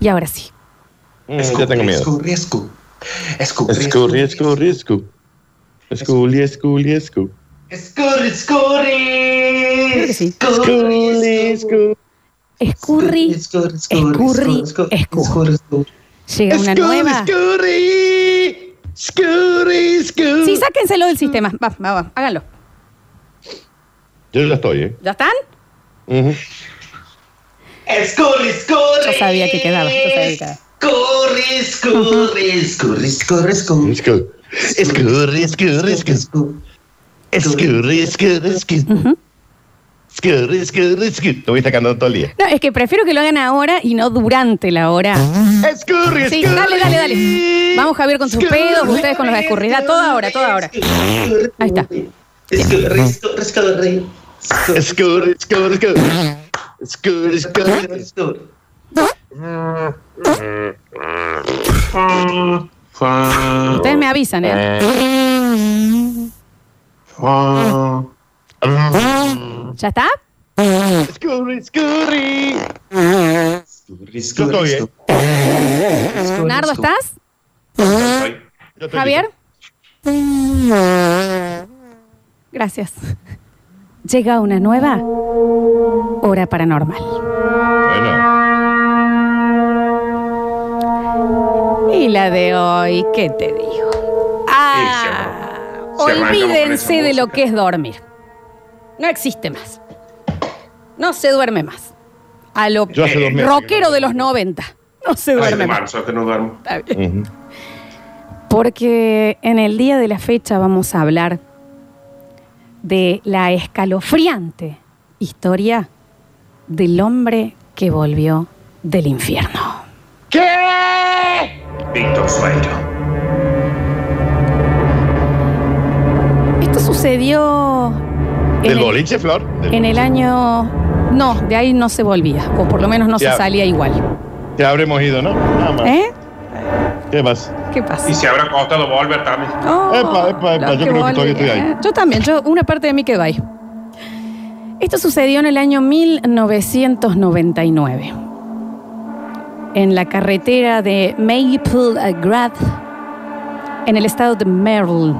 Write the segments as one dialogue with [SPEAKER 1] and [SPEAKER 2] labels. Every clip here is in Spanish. [SPEAKER 1] Y ahora sí.
[SPEAKER 2] Mm, ya tengo miedo.
[SPEAKER 3] Escurri, escu. Escurri,
[SPEAKER 2] Escurri, escurri, escu. Escurri, escurri, escu.
[SPEAKER 3] Escurri,
[SPEAKER 1] Creo que
[SPEAKER 3] escurri.
[SPEAKER 1] sí.
[SPEAKER 2] Escurri, escu.
[SPEAKER 3] Escurri,
[SPEAKER 1] Escurri.
[SPEAKER 3] escurri.
[SPEAKER 1] escurri, escurri.
[SPEAKER 3] Escurri, escurri.
[SPEAKER 1] Llega una nueva.
[SPEAKER 2] Escurri, escurri, escu.
[SPEAKER 1] Sí, sáquenselo del sistema. Va, va, va. Háganlo.
[SPEAKER 2] Yo ya estoy, ¿eh?
[SPEAKER 1] ¿Ya están?
[SPEAKER 2] Ujú.
[SPEAKER 3] Escurri, escurri.
[SPEAKER 1] Yo sabía que quedaba, yo sabía que quedaba.
[SPEAKER 3] Escurri, escurri, escurri, escurri, escurri.
[SPEAKER 2] Escu- Escurri, escurri, escu. Escurri, escurri, escu. Escurri, escurri, escu. Estuviste cantando todo el día.
[SPEAKER 1] No, es que prefiero que lo hagan ahora y no durante la hora.
[SPEAKER 2] Escurri,
[SPEAKER 1] Sí,
[SPEAKER 2] escurri.
[SPEAKER 1] dale, dale, dale. Vamos, Javier, con sus pedos, ustedes con los de escurridad. Toda hora, toda hora. Ahí está.
[SPEAKER 3] Escurri, escurri, escurri.
[SPEAKER 2] Escurri, escurri, escu. Escurri, escurri.
[SPEAKER 3] escurri.
[SPEAKER 1] Ustedes me avisan, ¿eh? ¿Ya está?
[SPEAKER 2] Escurri, escurri. Yo estoy, ¿eh?
[SPEAKER 1] Nardo, ¿estás?
[SPEAKER 2] Yo estoy
[SPEAKER 1] Javier. Gracias. Llega una nueva hora paranormal.
[SPEAKER 2] listo. Bueno,
[SPEAKER 1] Y la de hoy, ¿qué te digo? Ah,
[SPEAKER 4] Sí, se arranca- se arranca con
[SPEAKER 1] olvídense
[SPEAKER 4] esa
[SPEAKER 1] de lo
[SPEAKER 4] música.
[SPEAKER 1] que es dormir. No existe más. No se duerme más. A lo
[SPEAKER 2] yo hace dos meses.
[SPEAKER 1] rockero de los 90. No se
[SPEAKER 4] Desde
[SPEAKER 1] duerme más.
[SPEAKER 4] marzo que no duermo.
[SPEAKER 1] Está bien.
[SPEAKER 2] Ujú.
[SPEAKER 1] Porque en el día de la fecha vamos a hablar de la escalofriante historia del hombre que volvió del infierno.
[SPEAKER 4] Víctor Sueño.
[SPEAKER 1] Esto sucedió en
[SPEAKER 2] ¿Del
[SPEAKER 1] el,
[SPEAKER 2] boliche, Flor? Del-
[SPEAKER 1] en el año... No, de ahí no se volvía, o por lo menos no se
[SPEAKER 2] Ya.
[SPEAKER 1] salía igual.
[SPEAKER 2] Ya habremos ido, ¿no? Nada más.
[SPEAKER 1] ¿Eh?
[SPEAKER 2] ¿Qué más?
[SPEAKER 1] ¿Qué pasa?
[SPEAKER 4] Y se habrá costado volver también.
[SPEAKER 1] Oh,
[SPEAKER 2] Epa, epa, epa,
[SPEAKER 1] lo
[SPEAKER 2] yo creo que todavía
[SPEAKER 1] volví,
[SPEAKER 2] estoy ahí.
[SPEAKER 1] eh. Yo también, yo, una parte de mí quedó ahí. Esto sucedió en el año 1999, en la carretera de Maple Grove, en el estado de Maryland,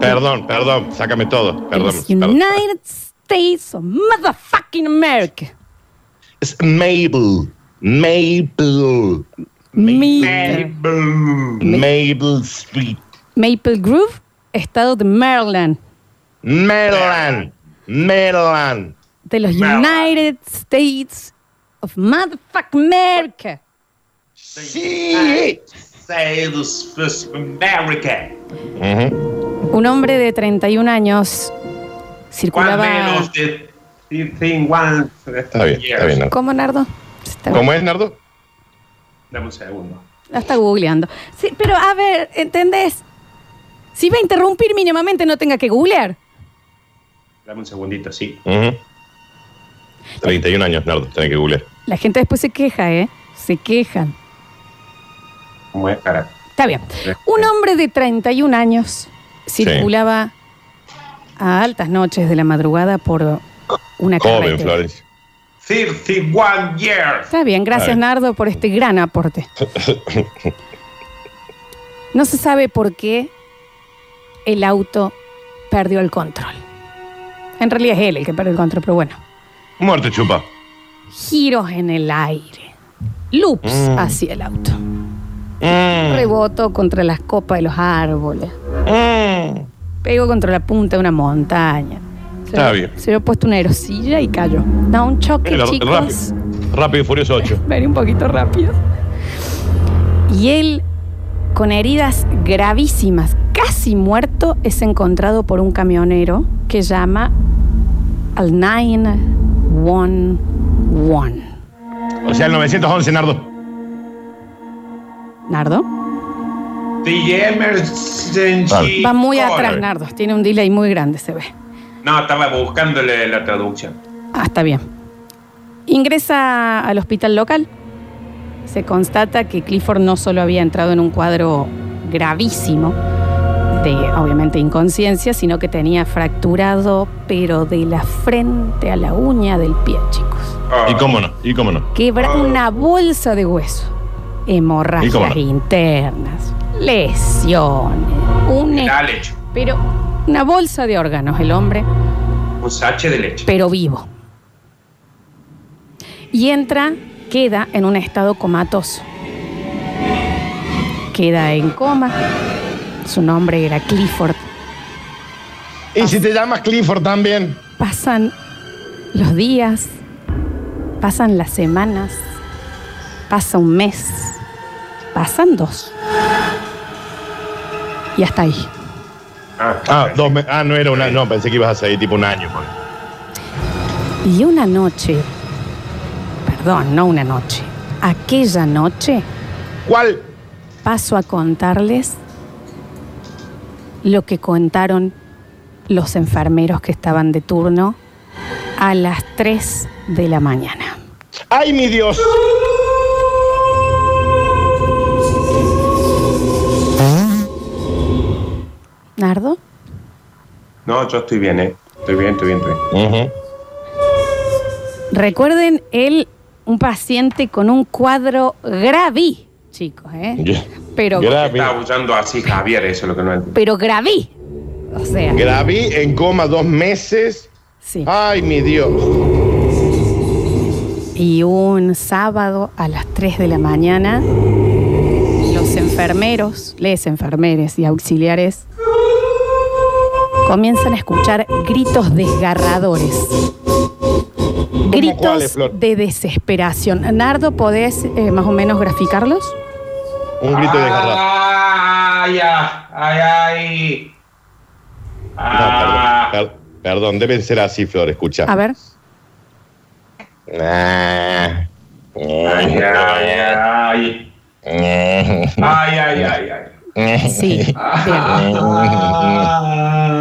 [SPEAKER 2] Perdón, perdón, sácame todo.
[SPEAKER 1] en
[SPEAKER 2] Perdón.
[SPEAKER 1] los
[SPEAKER 2] perdón.
[SPEAKER 1] United States of motherfucking America.
[SPEAKER 2] Es Mabel. Mabel.
[SPEAKER 1] Maple,
[SPEAKER 2] Mabel Street.
[SPEAKER 1] Maple Grove, estado de Maryland,
[SPEAKER 2] Maryland. Maryland.
[SPEAKER 1] de los
[SPEAKER 4] Maryland.
[SPEAKER 1] United States of motherfucking America.
[SPEAKER 2] Sí.
[SPEAKER 4] Sales first America.
[SPEAKER 2] Ujú.
[SPEAKER 1] Un hombre de 31 años
[SPEAKER 4] One
[SPEAKER 1] circulaba.
[SPEAKER 4] menos de thing one.
[SPEAKER 2] Está bien, está bien. Nardo.
[SPEAKER 1] ¿Cómo, Nardo? Está-
[SPEAKER 2] ¿Cómo es, Nardo?
[SPEAKER 4] Dame un segundo.
[SPEAKER 1] La está googleando. Sí, pero a ver, ¿entendés? Si va a interrumpir mínimamente, no tenga que googlear.
[SPEAKER 4] Dame un segundito, sí.
[SPEAKER 2] Ujú. 31 años, Nardo. Tiene que googlear.
[SPEAKER 1] La gente después se queja, ¿eh? Se quejan.
[SPEAKER 4] ¿Cómo es? Para.
[SPEAKER 1] Está bien. Un hombre de 31 años circulaba a altas noches de la madrugada por una
[SPEAKER 2] Joven,
[SPEAKER 1] carretera.
[SPEAKER 2] Florencia.
[SPEAKER 4] 31 years.
[SPEAKER 1] Está bien, gracias
[SPEAKER 2] Está bien.
[SPEAKER 1] Nardo por este gran aporte. No se sabe por qué el auto perdió el control. En realidad es él el que perdió el control, pero bueno.
[SPEAKER 2] Muerte chupa.
[SPEAKER 1] Giros en el aire, loops
[SPEAKER 2] Mm.
[SPEAKER 1] hacia el auto,
[SPEAKER 2] Mm,
[SPEAKER 1] reboto contra las copas de los árboles,
[SPEAKER 2] mm.
[SPEAKER 1] pegó contra la punta de una montaña. Se
[SPEAKER 2] Está
[SPEAKER 1] había-
[SPEAKER 2] bien.
[SPEAKER 1] Se había puesto una erosilla y cayó. Da un choque,
[SPEAKER 2] Mira,
[SPEAKER 1] chicos.
[SPEAKER 2] rápido. mm. Rápido y Furioso 8.
[SPEAKER 1] Vení un poquito rápido. Y él, con heridas gravísimas, casi muerto, es encontrado por un camionero que llama al 911.
[SPEAKER 2] O sea, el 911, Nardo.
[SPEAKER 1] Nardo.
[SPEAKER 4] The emergency.
[SPEAKER 1] Va muy
[SPEAKER 4] call.
[SPEAKER 1] atrás, Nardo. Tiene un delay muy grande, se ve.
[SPEAKER 4] No, estaba buscándole la traducción.
[SPEAKER 1] Ah, está bien. Ingresa al hospital local. Se constata que Clifford no solo había entrado en un cuadro gravísimo de, obviamente, inconsciencia, sino que tenía fracturado, pero de la frente a la uña del pie, chicos.
[SPEAKER 2] ¿Y cómo no? ¿Y cómo no?
[SPEAKER 1] Quebra
[SPEAKER 4] Ah.
[SPEAKER 1] una bolsa de hueso.
[SPEAKER 2] ¿Y cómo
[SPEAKER 1] Hemorragias
[SPEAKER 2] no?
[SPEAKER 1] internas. Lesiones. Un e-
[SPEAKER 4] Da leche.
[SPEAKER 1] pero una bolsa de órganos el hombre,
[SPEAKER 4] Un sache de leche.
[SPEAKER 1] pero vivo. Y entra, queda en un estado comatoso. Queda en coma. Su nombre era Clifford.
[SPEAKER 2] Y si te llamas Clifford también.
[SPEAKER 1] Pasan los días, pasan las semanas, pasa un mes, pasan dos. Y hasta ahí.
[SPEAKER 4] Ah,
[SPEAKER 2] Ah, dos me- ah, no era una. No, pensé que ibas a seguir tipo un año. pues. por-
[SPEAKER 1] Y una noche, perdón, no una noche, aquella noche
[SPEAKER 2] ¿Cuál?
[SPEAKER 1] paso a contarles lo que contaron los enfermeros que estaban de turno a las 3 de la mañana.
[SPEAKER 2] ¡Ay, mi Dios!
[SPEAKER 1] Nardo,
[SPEAKER 4] No, yo estoy bien, eh. Estoy bien, estoy bien, estoy bien.
[SPEAKER 2] Ujú.
[SPEAKER 1] recuerden él, un paciente con un cuadro graví, chicos, ¿eh?
[SPEAKER 2] Ya.
[SPEAKER 1] Pero,
[SPEAKER 2] Gravi.
[SPEAKER 4] Está aullando así Javier, eso es lo que no entiendo.
[SPEAKER 1] pero graví. O sea,
[SPEAKER 2] Gravi en coma dos meses.
[SPEAKER 1] sí.
[SPEAKER 2] ¡Ay, mi Dios!
[SPEAKER 1] Y un sábado a las 3 de la mañana, los enfermeros, les enfermeres y auxiliares comienzan a escuchar gritos desgarradores. Gritos
[SPEAKER 2] cuáles, Flor?
[SPEAKER 1] de desesperación. Nardo, ¿podés eh, más o menos graficarlos?
[SPEAKER 2] Un grito de garra.
[SPEAKER 4] Ay, ah, ay, ay.
[SPEAKER 2] No,
[SPEAKER 4] Ah,
[SPEAKER 2] perdón, per- perdón, deben ser así, Flor, escucha.
[SPEAKER 1] A ver.
[SPEAKER 2] Ah.
[SPEAKER 4] ay, ay, ay. Ay, ay, ay, ay.
[SPEAKER 1] Sí.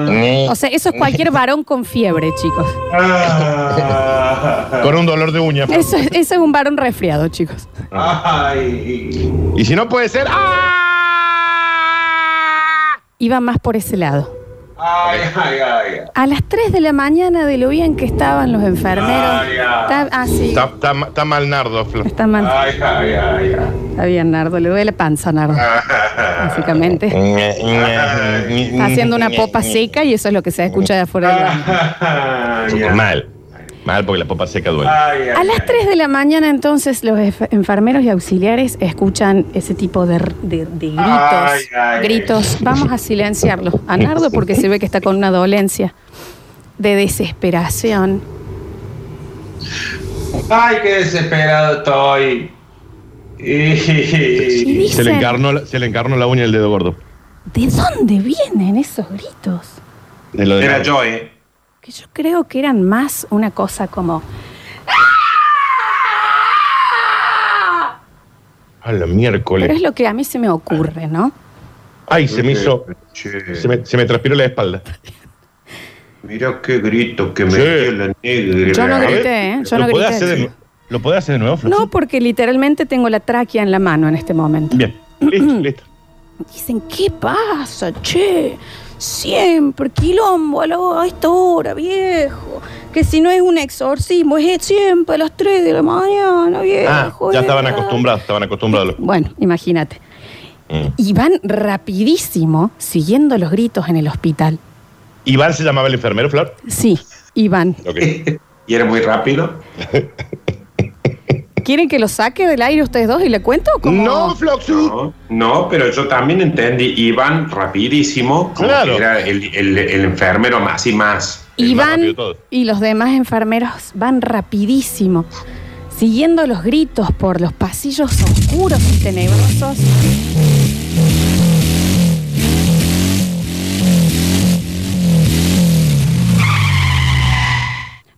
[SPEAKER 1] bien. O sea, eso es cualquier varón con fiebre, chicos.
[SPEAKER 4] Ah,
[SPEAKER 2] Con un dolor de uña. Flor.
[SPEAKER 1] Eso, es- eso es un varón resfriado, chicos.
[SPEAKER 4] ay.
[SPEAKER 2] Y si no puede ser. ¡Ah!
[SPEAKER 1] Iba más por ese lado.
[SPEAKER 4] Ay, ay, ay.
[SPEAKER 1] A las 3 de la mañana de lo bien que estaban los enfermeros.
[SPEAKER 4] Ay, ay.
[SPEAKER 1] Está, ah, sí.
[SPEAKER 2] Está,
[SPEAKER 1] Está,
[SPEAKER 2] está ma- está mal nardo, Flor.
[SPEAKER 1] mal.
[SPEAKER 4] Ay, ay, ay, ay.
[SPEAKER 1] Está bien, Nardo. Le duele la panza, Nardo.
[SPEAKER 4] Ah.
[SPEAKER 1] Básicamente. Está haciendo una popa seca y eso es lo que se escucha de afuera del
[SPEAKER 4] Ah.
[SPEAKER 1] baño.
[SPEAKER 4] Ay, ay.
[SPEAKER 2] Mal. Mal porque la popa seca duele.
[SPEAKER 4] Ay,
[SPEAKER 1] A
[SPEAKER 4] ay,
[SPEAKER 1] las
[SPEAKER 4] ay.
[SPEAKER 1] 3 de la mañana, entonces, los ef- enfermeros y auxiliares escuchan ese tipo de, r- de- de gritos.
[SPEAKER 4] Ay, ay.
[SPEAKER 1] gritos. Vamos a silenciarlo a Nardo porque se ve que está con una dolencia de desesperación.
[SPEAKER 4] Ay, qué desesperado estoy.
[SPEAKER 1] Y
[SPEAKER 4] Y-
[SPEAKER 2] Se le,
[SPEAKER 1] dicen,
[SPEAKER 2] encarnó, la- se le encarnó la uña y el dedo gordo.
[SPEAKER 1] ¿de dónde vienen esos gritos?
[SPEAKER 2] De lo de-
[SPEAKER 4] Era yo, eh.
[SPEAKER 1] que yo creo que eran más una cosa como
[SPEAKER 2] A la
[SPEAKER 1] pero es
[SPEAKER 2] miércoles.
[SPEAKER 1] lo que a mí se me
[SPEAKER 2] Ah,
[SPEAKER 1] ocurre no
[SPEAKER 2] Ay, se me hizo. Se me, se me transpiró la espalda.
[SPEAKER 4] Mira qué grito que me
[SPEAKER 2] Sí.
[SPEAKER 4] dio la negra.
[SPEAKER 1] Yo no
[SPEAKER 2] A ver,
[SPEAKER 1] grité, ¿eh? Yo
[SPEAKER 2] ¿lo
[SPEAKER 1] no
[SPEAKER 2] podés
[SPEAKER 1] grité.
[SPEAKER 2] hacer de nu- ¿Lo podés hacer de nuevo, Flor?
[SPEAKER 1] no porque literalmente tengo la tráquea en la mano en este momento
[SPEAKER 2] Bien. Listo, listo.
[SPEAKER 1] dicen qué pasa che siempre quilombo a, la- a esta hora viejo que si no es un exorcismo es siempre a las 3 de la mañana
[SPEAKER 2] Ah,
[SPEAKER 1] viejo
[SPEAKER 2] ya estaban
[SPEAKER 1] eh.
[SPEAKER 2] acostumbrados, estaban acostumbrados.
[SPEAKER 1] bueno imagínate
[SPEAKER 2] Mm.
[SPEAKER 1] y van rapidísimo siguiendo los gritos en el hospital
[SPEAKER 2] Iván se llamaba el enfermero, Flor.
[SPEAKER 1] sí y van
[SPEAKER 2] Ok.
[SPEAKER 4] Y era muy rápido.
[SPEAKER 1] ¿Quieren que lo saque del aire ustedes dos y le cuento? o cómo?
[SPEAKER 2] No, Floxu.
[SPEAKER 4] No, no, pero yo también entendí. Iván rapidísimo. como
[SPEAKER 2] Claro.
[SPEAKER 4] que Era el, el- el enfermero más y más.
[SPEAKER 2] el más
[SPEAKER 1] Iván
[SPEAKER 2] rápido de todos.
[SPEAKER 1] y los demás enfermeros van rapidísimo, siguiendo los gritos por los pasillos oscuros y tenebrosos.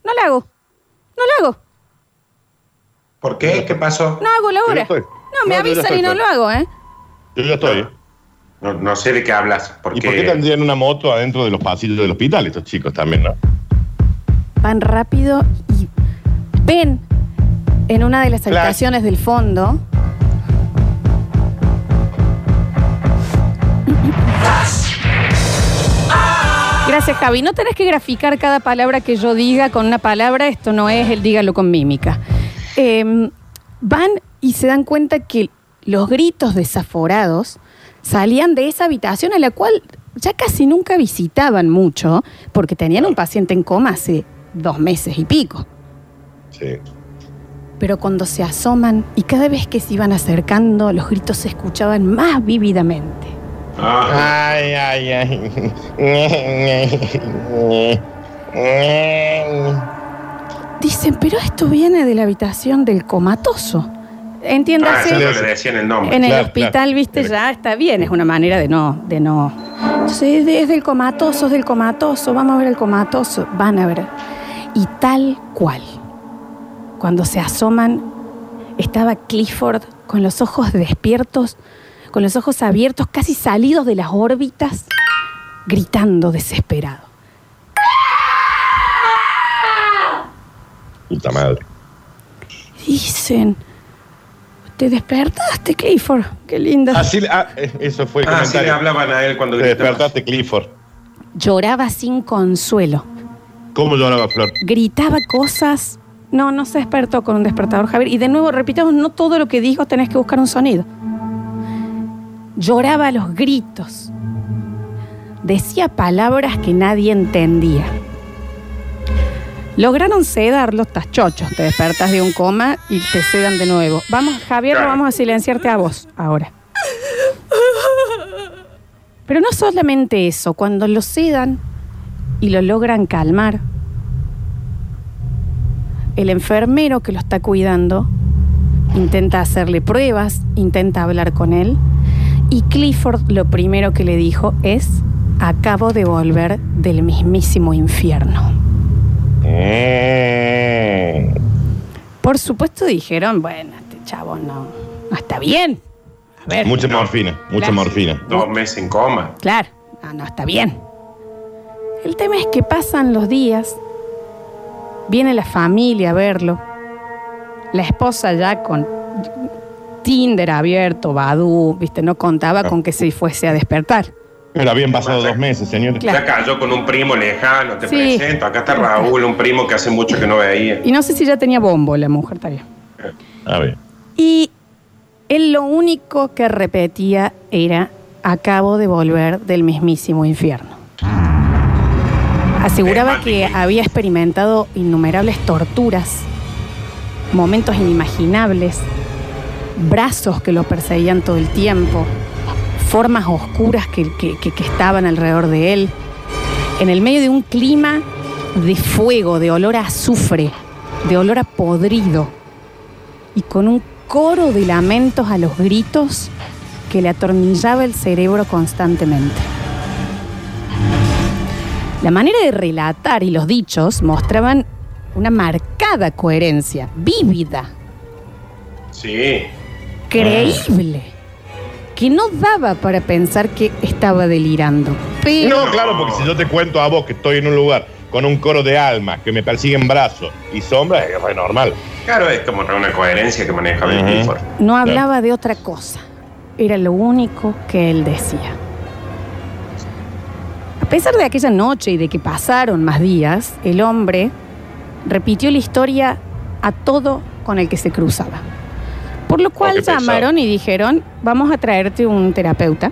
[SPEAKER 1] No la hago, no la hago,
[SPEAKER 4] ¿Por qué? ¿Qué pasó?
[SPEAKER 1] no hago la
[SPEAKER 2] Yo ya
[SPEAKER 1] hora.
[SPEAKER 2] estoy.
[SPEAKER 1] No, me
[SPEAKER 2] No, yo ya
[SPEAKER 1] avisan
[SPEAKER 2] estoy,
[SPEAKER 1] y no
[SPEAKER 2] Flor.
[SPEAKER 1] lo hago, ¿eh?
[SPEAKER 2] Yo ya estoy. ¿eh?
[SPEAKER 4] No, no sé de qué hablas.
[SPEAKER 2] ¿Y
[SPEAKER 4] Porque
[SPEAKER 2] por qué tendrían una moto adentro de los pasillos del hospital estos chicos también, no?
[SPEAKER 1] van rápido y ven en una de las
[SPEAKER 2] Claro.
[SPEAKER 1] habitaciones del fondo. Gracias, Javi. No tenés que graficar cada palabra que yo diga con una palabra. Esto no es el dígalo con mímica. Eh, van y se dan cuenta que los gritos desaforados salían de esa habitación a la cual ya casi nunca visitaban mucho porque tenían un paciente en coma hace dos meses y pico.
[SPEAKER 2] Sí.
[SPEAKER 1] Pero cuando se asoman y cada vez que se iban acercando, los gritos se escuchaban más vívidamente.
[SPEAKER 4] Ah,
[SPEAKER 2] Ay, ay, ay.
[SPEAKER 1] Dicen, pero esto viene de la habitación del comatoso.
[SPEAKER 4] ah,
[SPEAKER 1] Entiéndase.
[SPEAKER 4] eso no le decían el nombre.
[SPEAKER 1] En el
[SPEAKER 2] Claro,
[SPEAKER 1] hospital,
[SPEAKER 2] claro.
[SPEAKER 1] viste, ya está bien, es una manera de no, de no. Entonces, es, de- es del comatoso, es del comatoso, vamos a ver el comatoso, van a ver. Y tal cual, cuando se asoman, estaba Clifford con los ojos despiertos, con los ojos abiertos, casi salidos de las órbitas, gritando desesperado.
[SPEAKER 2] Puta madre.
[SPEAKER 1] Dicen, te despertaste, Clifford, qué linda.
[SPEAKER 2] Así, ah, eso fue el
[SPEAKER 4] Ah, sí le
[SPEAKER 2] comentario.
[SPEAKER 4] hablaban a él cuando
[SPEAKER 2] Te
[SPEAKER 4] gritaba.
[SPEAKER 2] despertaste, Clifford.
[SPEAKER 1] Lloraba sin consuelo.
[SPEAKER 2] ¿Cómo lloraba Flor?
[SPEAKER 1] gritaba cosas. No, no se despertó con un despertador, Javier. Y de nuevo, repitamos, no todo lo que dijo tenés que buscar un sonido. Lloraba a los gritos. Decía palabras que nadie entendía. Lograron sedar los tachochos. Te despertas de un coma y te sedan de nuevo. Vamos, Javier, lo
[SPEAKER 4] Claro.
[SPEAKER 1] vamos a silenciarte a vos ahora. Pero no solamente eso, cuando lo sedan y lo logran calmar, el enfermero que lo está cuidando intenta hacerle pruebas, intenta hablar con él y Clifford lo primero que le dijo es, acabo de volver del mismísimo infierno.
[SPEAKER 2] Mm.
[SPEAKER 1] Por supuesto dijeron, bueno, este chavo no, no está bien. A ver,
[SPEAKER 2] Mucha morfina, mucha
[SPEAKER 1] Gracias.
[SPEAKER 2] morfina.
[SPEAKER 4] Dos meses en coma.
[SPEAKER 1] claro, no, no está bien. El tema es que pasan los días, viene la familia a verlo, la esposa ya con Tinder abierto, Badu, viste, no contaba con que se fuese a despertar.
[SPEAKER 2] Pero habían pasado dos meses, señor.
[SPEAKER 1] Claro.
[SPEAKER 4] Ya cayó con un primo lejano, te
[SPEAKER 1] Sí. Este.
[SPEAKER 4] presento. Acá está Raúl, un primo que hace mucho que no veía.
[SPEAKER 1] Y no sé si ya tenía bombo la mujer también.
[SPEAKER 2] A ver.
[SPEAKER 1] Y él lo único que repetía era, acabo de volver del mismísimo infierno. Aseguraba que había experimentado innumerables torturas, momentos inimaginables, brazos que lo perseguían todo el tiempo, formas oscuras que, que- que- que estaban alrededor de él, en el medio de un clima de fuego, de olor a azufre, de olor a podrido y con un coro de lamentos a los gritos que le atornillaba el cerebro constantemente. La manera de relatar y los dichos mostraban una marcada coherencia, vívida,
[SPEAKER 4] Sí.
[SPEAKER 1] creíble, que no daba para pensar que estaba delirando. Pero
[SPEAKER 2] No, claro, porque si yo te cuento a vos que estoy en un lugar con un coro de almas que me persiguen brazos y sombras, es re normal.
[SPEAKER 4] Claro, es como una coherencia que maneja Bill
[SPEAKER 2] Ujú.
[SPEAKER 4] Clifford.
[SPEAKER 1] no hablaba de otra cosa. Era lo único que él decía. A pesar de aquella noche y de que pasaron más días, el hombre repitió la historia a todo con el que se cruzaba. Por lo cual
[SPEAKER 2] qué pesado.
[SPEAKER 1] llamaron y dijeron, vamos a traerte un terapeuta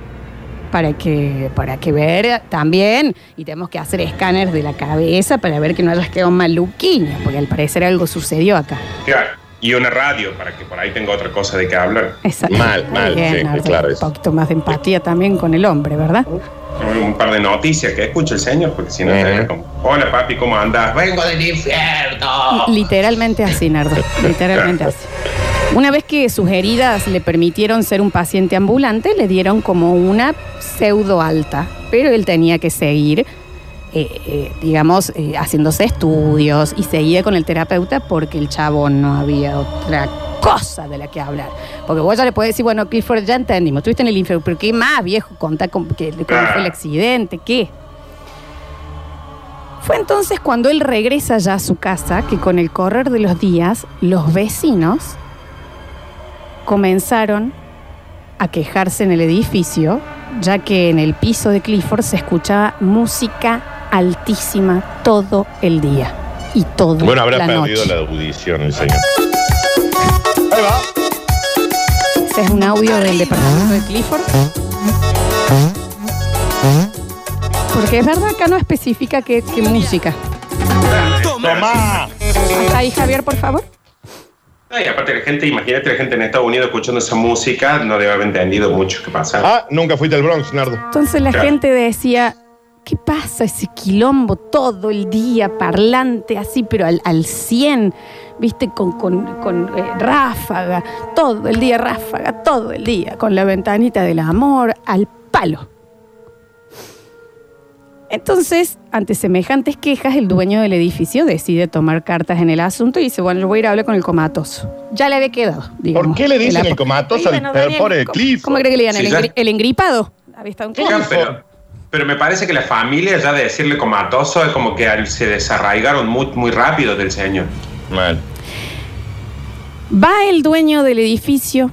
[SPEAKER 1] para que, para que ver también, y tenemos que hacer escáneres de la cabeza para ver que no hayas quedado maluquiño, porque al parecer algo sucedió acá.
[SPEAKER 4] Claro. Y una radio para que por ahí tenga otra cosa de qué hablar.
[SPEAKER 1] Exacto.
[SPEAKER 2] Mal,
[SPEAKER 1] Está
[SPEAKER 2] mal, sí,
[SPEAKER 1] Nardo,
[SPEAKER 2] claro,
[SPEAKER 1] Un
[SPEAKER 2] eso.
[SPEAKER 1] poquito más de empatía también con el hombre, ¿verdad?
[SPEAKER 4] Un par de noticias que escuche el señor, porque si no,
[SPEAKER 2] Ujú.
[SPEAKER 4] te- como, hola papi, ¿cómo andás? Vengo
[SPEAKER 3] Vengo del
[SPEAKER 4] Oh.
[SPEAKER 3] infierno.
[SPEAKER 1] Literalmente así, Nardo. Literalmente así. Una vez que sus heridas le permitieron ser un paciente ambulante, le dieron como una pseudo alta, pero él tenía que seguir, eh, eh, digamos, eh, haciéndose estudios y seguía con el terapeuta porque el chavo no había otra cosa de la que hablar. Porque vos ya le podés decir, bueno, Clifford, ya entendimos, estuviste en el infierno, pero ¿qué más, viejo? Contá con, que, cuál fue el accidente, ¿qué? Fue entonces cuando él regresa ya a su casa que con el correr de los días los vecinos comenzaron a quejarse en el edificio, ya que en el piso de Clifford se escuchaba música altísima todo el día y toda
[SPEAKER 2] Bueno, habrá
[SPEAKER 1] la
[SPEAKER 2] perdido
[SPEAKER 1] noche.
[SPEAKER 2] la audición el señor. Ahí va.
[SPEAKER 1] Este es un audio del departamento de Clifford. Porque es verdad, acá no especifica qué, qué música.
[SPEAKER 2] Tomá.
[SPEAKER 1] Hasta ahí, Javier, por favor.
[SPEAKER 4] Y aparte la gente, imagínate la gente en Estados Unidos escuchando esa música, no debe haber entendido mucho qué pasa.
[SPEAKER 2] Ah, nunca fuiste al Bronx, Nardo.
[SPEAKER 1] Entonces la
[SPEAKER 4] Claro.
[SPEAKER 1] gente decía, ¿qué pasa ese quilombo todo el día, parlante así, pero al, al 100, viste, con, con- con, eh, ráfaga, todo el día ráfaga, todo el día, con la ventanita del amor, al palo? Entonces, ante semejantes quejas, el dueño del edificio decide tomar cartas en el asunto y dice, bueno, yo voy a ir a hablar con el comatoso. Ya le había quedado, digamos.
[SPEAKER 2] ¿Por qué le dicen el
[SPEAKER 1] apo-
[SPEAKER 2] comatoso
[SPEAKER 1] Ay,
[SPEAKER 2] al
[SPEAKER 1] bueno, Daniel,
[SPEAKER 2] pobre
[SPEAKER 1] ¿cómo-
[SPEAKER 2] Cliff?
[SPEAKER 1] ¿Cómo cree que le digan?
[SPEAKER 4] Sí,
[SPEAKER 1] el,
[SPEAKER 4] ya.
[SPEAKER 1] engri- el engripado. Había estado en
[SPEAKER 4] Claro,
[SPEAKER 1] clase.
[SPEAKER 4] pero, pero me parece que la familia ya de decirle comatoso es como que al- se desarraigaron muy, muy rápido del señor.
[SPEAKER 2] Mal.
[SPEAKER 1] Va el dueño del edificio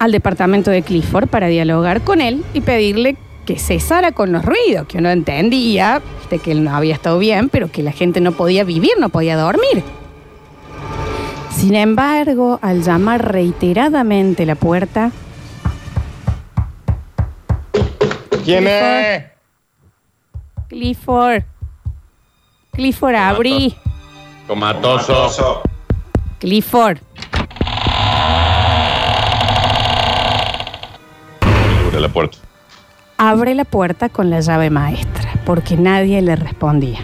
[SPEAKER 1] al departamento de Clifford para dialogar con él y pedirle que cesara con los ruidos, que uno entendía viste, que él no había estado bien, pero que la gente no podía vivir, no podía dormir. Sin embargo, al llamar reiteradamente la puerta,
[SPEAKER 2] ¿Quién es?
[SPEAKER 1] Clifford, Clifford, abrí,
[SPEAKER 2] Comatoso.
[SPEAKER 1] Clifford.
[SPEAKER 2] Abre la puerta.
[SPEAKER 1] abre la puerta con la llave maestra, porque nadie le respondía.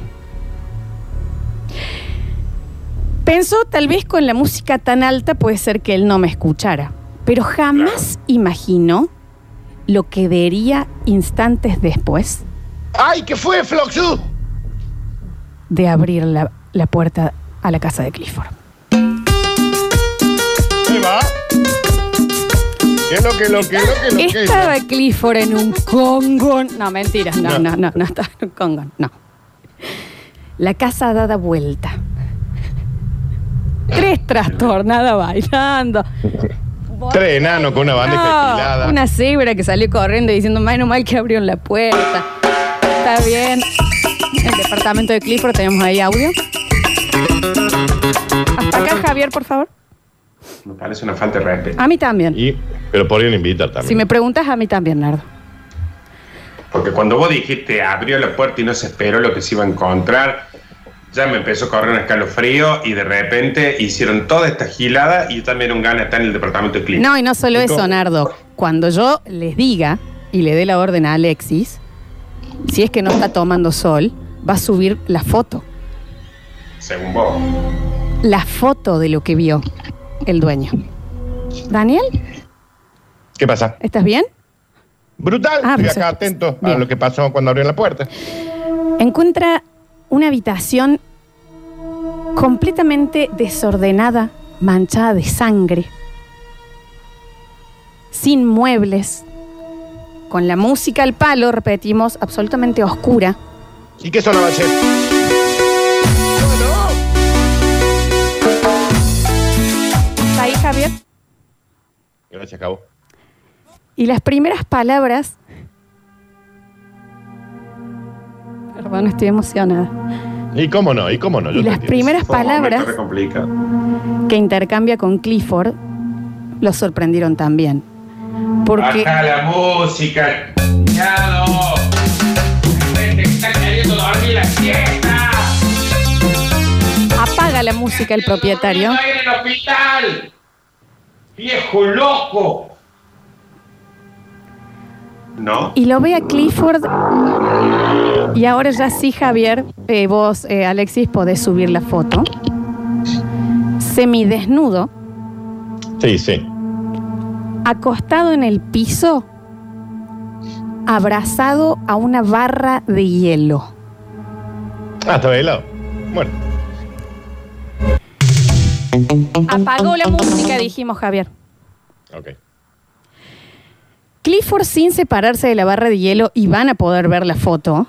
[SPEAKER 1] Pensó tal vez con la música tan alta puede ser que él no me escuchara, pero jamás imaginó lo que vería instantes después
[SPEAKER 2] ¡Ay, qué fue, Floxu!
[SPEAKER 1] de abrir la, la puerta a la casa de Clifford.
[SPEAKER 2] Ahí va. ¿Qué es lo que, lo que, lo que, lo que?
[SPEAKER 1] Estaba Clifford en un congo. No, mentiras, no, no,
[SPEAKER 2] No.
[SPEAKER 1] no, no estaba en un congo, no. La casa dada vuelta. Tres trastornadas bailando.
[SPEAKER 2] Tres enanos con una bandeja
[SPEAKER 1] No,
[SPEAKER 2] estilada.
[SPEAKER 1] una cebra que salió corriendo diciendo, menos mal que abrieron la puerta. Está bien. El departamento de Clifford, tenemos ahí audio. Hasta acá, Javier, por favor.
[SPEAKER 4] Me parece una falta de respeto.
[SPEAKER 1] A mí también.
[SPEAKER 2] Y, pero podrían invitar también.
[SPEAKER 1] Si me preguntas, a mí también, Nardo.
[SPEAKER 4] Porque cuando vos dijiste abrió la puerta y no se esperó lo que se iba a encontrar, ya me empezó a correr un escalofrío y de repente hicieron toda esta gilada y yo también era un gana estar en el departamento de Clint.
[SPEAKER 1] No, y no solo
[SPEAKER 2] ¿Y
[SPEAKER 1] eso,
[SPEAKER 2] cómo?
[SPEAKER 1] Nardo. Cuando yo les diga y le dé la orden a Alexis, si es que no está tomando sol, va a subir la foto.
[SPEAKER 4] Según vos.
[SPEAKER 1] La foto de lo que vio el dueño. Daniel,
[SPEAKER 2] ¿Qué pasa?
[SPEAKER 1] ¿estás bien?
[SPEAKER 2] Brutal.
[SPEAKER 1] Ah,
[SPEAKER 2] Estoy
[SPEAKER 1] pues,
[SPEAKER 2] acá atento
[SPEAKER 1] bien.
[SPEAKER 2] a lo que pasó cuando abrieron la puerta.
[SPEAKER 1] Encuentra una habitación completamente desordenada, manchada de sangre, sin muebles, con la música al palo, repetimos, absolutamente oscura.
[SPEAKER 2] ¿Y qué sonaba ayer?
[SPEAKER 1] ¿Está ahí, Javier?
[SPEAKER 2] Gracias, Cabo.
[SPEAKER 1] Y las primeras palabras. Perdón, estoy emocionada.
[SPEAKER 2] ¿Y cómo no? ¿Y cómo no? Yo
[SPEAKER 1] Y
[SPEAKER 2] te
[SPEAKER 1] las
[SPEAKER 2] entiendo.
[SPEAKER 1] primeras
[SPEAKER 4] Fue un momento
[SPEAKER 1] palabras
[SPEAKER 4] re complicado.
[SPEAKER 1] que intercambia con Clifford lo sorprendieron también. Porque
[SPEAKER 4] Baja la música, cuidado. La gente que está queriendo dormir la siesta.
[SPEAKER 1] apaga la música el propietario.
[SPEAKER 4] Estoy en el hospital. Viejo loco. ¿No?
[SPEAKER 1] Y lo ve a Clifford. Y ahora ya sí, Javier, eh, vos, eh, Alexis, podés subir la foto. Semidesnudo,
[SPEAKER 2] Sí, sí.
[SPEAKER 1] acostado en el piso, abrazado a una barra de hielo.
[SPEAKER 2] Ah, estaba helado. Bueno.
[SPEAKER 1] Apagó la música, dijimos Javier.
[SPEAKER 2] Ok.
[SPEAKER 1] Clifford sin separarse de la barra de hielo y van a poder ver la foto,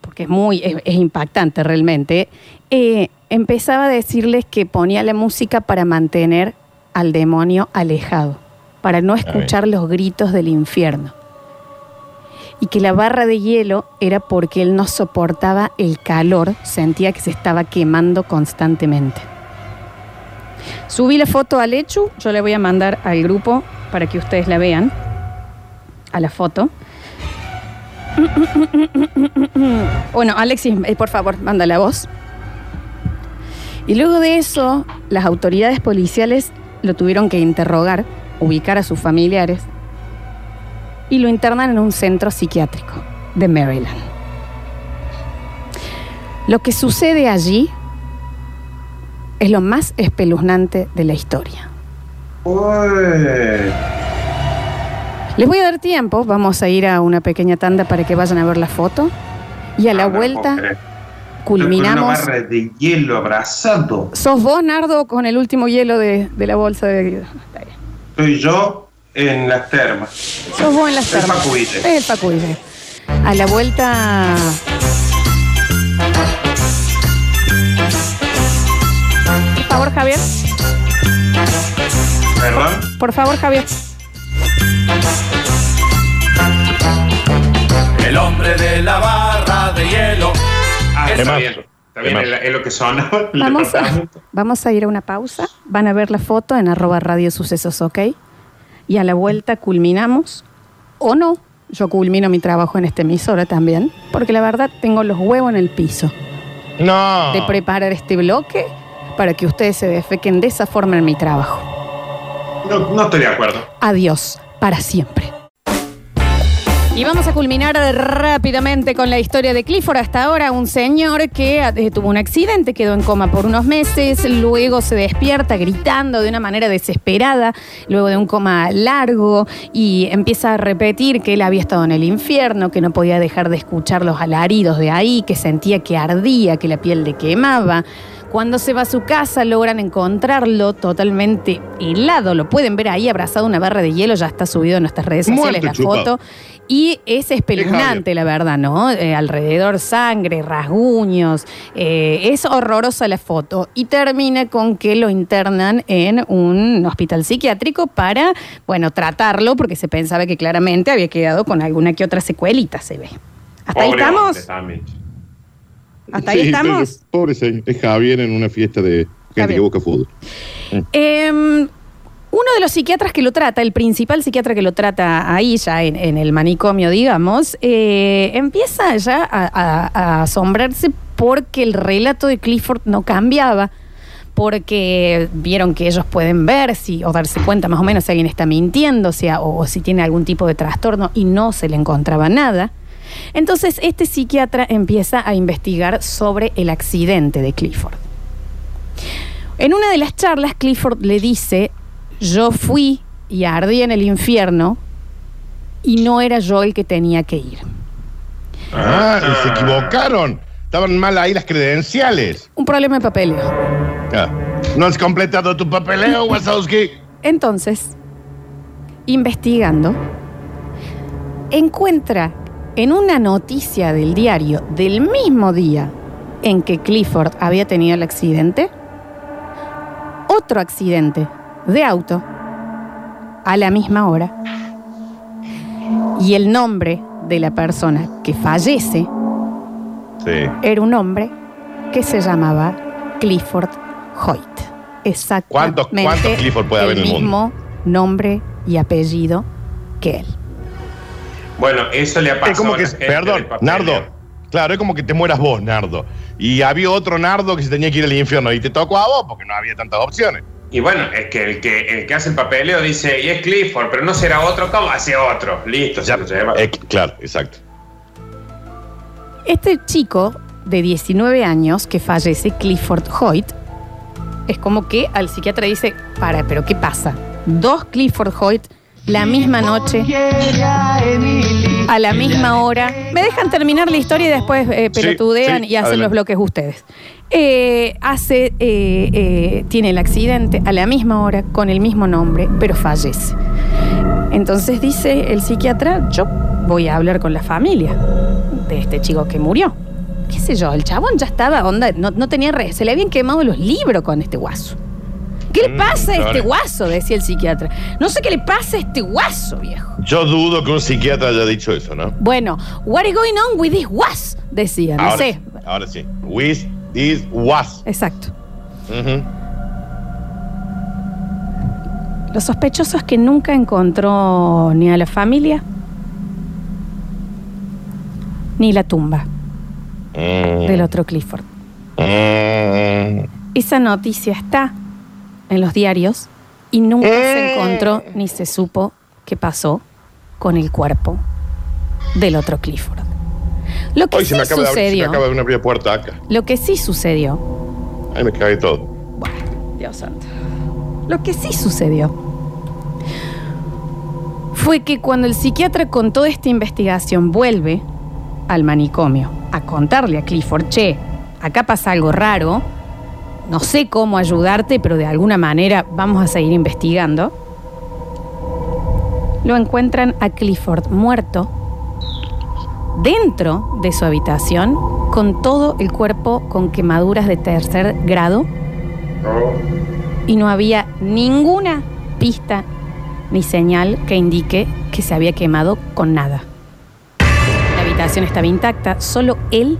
[SPEAKER 1] porque es muy, es, es impactante realmente, eh, empezaba a decirles que ponía la música para mantener al demonio alejado, para no escuchar los gritos del infierno. y que la barra de hielo era porque él no soportaba el calor, sentía que se estaba quemando constantemente. Subí la foto a Lechu, yo la voy a mandar al grupo para que ustedes la vean, a la foto. Bueno, Alexis, eh, por favor, mándala voz. Y luego de eso, las autoridades policiales lo tuvieron que interrogar, ubicar a sus familiares y lo internan en un centro psiquiátrico de Maryland. Lo que sucede allí es lo más espeluznante de la historia.
[SPEAKER 4] Ué.
[SPEAKER 1] Les voy a dar tiempo, vamos a ir a una pequeña tanda para que vayan a ver la foto y a la
[SPEAKER 4] Ah, No, no
[SPEAKER 1] vuelta
[SPEAKER 4] puedo creer. Con
[SPEAKER 1] culminamos.
[SPEAKER 4] una barra de hielo abrazado.
[SPEAKER 1] ¿Sos vos, Nardo, con el último hielo de, de la bolsa de... Está bien.
[SPEAKER 4] Soy yo en las termas.
[SPEAKER 1] Sos vos en las
[SPEAKER 4] El
[SPEAKER 1] termas.
[SPEAKER 4] Facu Ville.
[SPEAKER 1] Es el Facu Ville. A la vuelta. Por favor, Javier.
[SPEAKER 4] Perdón.
[SPEAKER 1] Por favor, Javier.
[SPEAKER 5] El hombre de la barra de hielo.
[SPEAKER 4] Ah, está
[SPEAKER 2] Temazo.
[SPEAKER 4] bien. Está bien,
[SPEAKER 2] Temazo.
[SPEAKER 4] es, la- es lo que sonaba.
[SPEAKER 1] Vamos a, vamos a ir a una pausa. Van a ver la foto en arroba radio sucesos, ¿ok? Y a la vuelta culminamos. O no, yo culmino mi trabajo en esta emisora también. Porque la verdad tengo los huevos en el piso
[SPEAKER 2] No.
[SPEAKER 1] de preparar este bloque para que ustedes se defequen de esa forma en mi trabajo.
[SPEAKER 4] No, no estoy de acuerdo.
[SPEAKER 1] adiós para siempre. Y vamos a culminar rápidamente con la historia de Clifford. Hasta ahora, un señor que eh, tuvo un accidente, quedó en coma por unos meses, luego se despierta gritando de una manera desesperada, luego de un coma largo, y empieza a repetir que él había estado en el infierno, que no podía dejar de escuchar los alaridos de ahí, que sentía que ardía, que la piel le quemaba. Cuando se va a su casa logran encontrarlo totalmente helado. Lo pueden ver ahí abrazado a una barra de hielo. Ya está subido en nuestras redes sociales
[SPEAKER 2] Muerto,
[SPEAKER 1] la
[SPEAKER 2] chupado.
[SPEAKER 1] foto. Y es espeluznante, la verdad, ¿no? Eh, alrededor sangre, rasguños. Eh, es horrorosa la foto. Y termina con que lo internan en un hospital psiquiátrico para, bueno, tratarlo porque se pensaba que claramente había quedado con alguna que otra secuelita, se ve. ¿Hasta ahí
[SPEAKER 4] Pobre
[SPEAKER 1] estamos?
[SPEAKER 4] hombre también.
[SPEAKER 1] ¿Hasta ahí estamos?
[SPEAKER 2] pero Pobre señor. Es Javier en una fiesta de gente
[SPEAKER 1] Javier.
[SPEAKER 2] que busca fútbol.
[SPEAKER 1] Eh, uno de los psiquiatras que lo trata, el principal psiquiatra que lo trata ahí ya en, en el manicomio, digamos, eh, empieza ya a, a- a asombrarse porque el relato de Clifford no cambiaba, porque vieron que ellos pueden ver si, o darse cuenta más o menos si alguien está mintiendo, o sea, o, o si tiene algún tipo de trastorno y no se le encontraba nada. Entonces este psiquiatra empieza a investigar sobre el accidente de Clifford. En una de las charlas, Clifford le dice, yo fui y ardí en el infierno y no era yo el que tenía que ir.
[SPEAKER 2] Ah, y se equivocaron. Estaban mal ahí las credenciales.
[SPEAKER 1] Un problema de papeleo.
[SPEAKER 2] Ah, No has completado tu papeleo, Wazowski.
[SPEAKER 1] Entonces, investigando, encuentra en una noticia del diario del mismo día en que Clifford había tenido el accidente, otro accidente de auto a la misma hora. Y el nombre de la persona que fallece
[SPEAKER 2] Sí.
[SPEAKER 1] era un hombre que se llamaba Clifford Hoyt. Exactamente.
[SPEAKER 2] ¿Cuántos- cuántos Clifford puede haber en el mundo?
[SPEAKER 1] mismo nombre y apellido que él.
[SPEAKER 4] Bueno, eso le ha pasado.
[SPEAKER 2] Es como
[SPEAKER 4] a
[SPEAKER 2] que,
[SPEAKER 4] la gente
[SPEAKER 2] perdón,
[SPEAKER 4] del papel.
[SPEAKER 2] Nardo. Claro, es como que te mueras vos, Nardo. Y había otro Nardo que se tenía que ir al infierno y te tocó a vos porque no había tantas opciones.
[SPEAKER 4] Y bueno, es que el que el que hace el papeleo dice, y es Clifford, pero no será otro, ¿cómo hace otro? Listo, se lo lleva.
[SPEAKER 2] Eh, claro, exacto.
[SPEAKER 1] Este chico de 19 años que fallece, Clifford Hoyt, es como que al psiquiatra dice, para, pero ¿qué pasa? Dos Clifford Hoyt la misma noche, a la misma hora. Me dejan terminar la historia y después eh,
[SPEAKER 2] Sí,
[SPEAKER 1] pelotudean
[SPEAKER 2] sí,
[SPEAKER 1] y hacen los
[SPEAKER 2] adelante.
[SPEAKER 1] bloques ustedes. Eh, hace, eh, eh, tiene el accidente a la misma hora, con el mismo nombre, pero fallece. Entonces dice el psiquiatra, yo voy a hablar con la familia de este chico que murió. Qué sé yo, el chabón ya estaba, onda, no, no tenía res, se le habían quemado los libros con este guaso. ¿Qué le pasa a este
[SPEAKER 2] ahora-
[SPEAKER 1] guaso? Decía el psiquiatra. No sé qué le pasa a este guaso, viejo.
[SPEAKER 2] Yo dudo que un psiquiatra haya dicho eso, ¿no?
[SPEAKER 1] Bueno, what is going on with this was? Decía, no
[SPEAKER 2] ahora,
[SPEAKER 1] sé.
[SPEAKER 2] ahora sí. With this was.
[SPEAKER 1] Exacto.
[SPEAKER 2] Ujú.
[SPEAKER 1] Lo sospechoso es que nunca encontró ni a la familia ni la tumba
[SPEAKER 2] Mm.
[SPEAKER 1] del otro Clifford.
[SPEAKER 2] Mm.
[SPEAKER 1] Esa noticia está en los diarios y nunca se
[SPEAKER 2] Eh.
[SPEAKER 1] encontró ni se supo qué pasó con el cuerpo del otro Clifford. Lo que
[SPEAKER 2] Hoy
[SPEAKER 1] sí
[SPEAKER 2] se me acaba de abrir, se me
[SPEAKER 1] sucedió,
[SPEAKER 2] acaba de abrir una puerta acá.
[SPEAKER 1] lo que sí sucedió,
[SPEAKER 2] Ahí me cae todo.
[SPEAKER 1] bueno, Dios santo, lo que sí sucedió fue que cuando el psiquiatra con toda esta investigación vuelve al manicomio a contarle a Clifford, che, acá pasa algo raro, no sé cómo ayudarte, pero de alguna manera vamos a seguir investigando. Lo encuentran a Clifford muerto dentro de su habitación con todo el cuerpo con quemaduras de tercer grado
[SPEAKER 4] Oh,
[SPEAKER 1] y no había ninguna pista ni señal que indique que se había quemado con nada. La habitación estaba intacta, solo él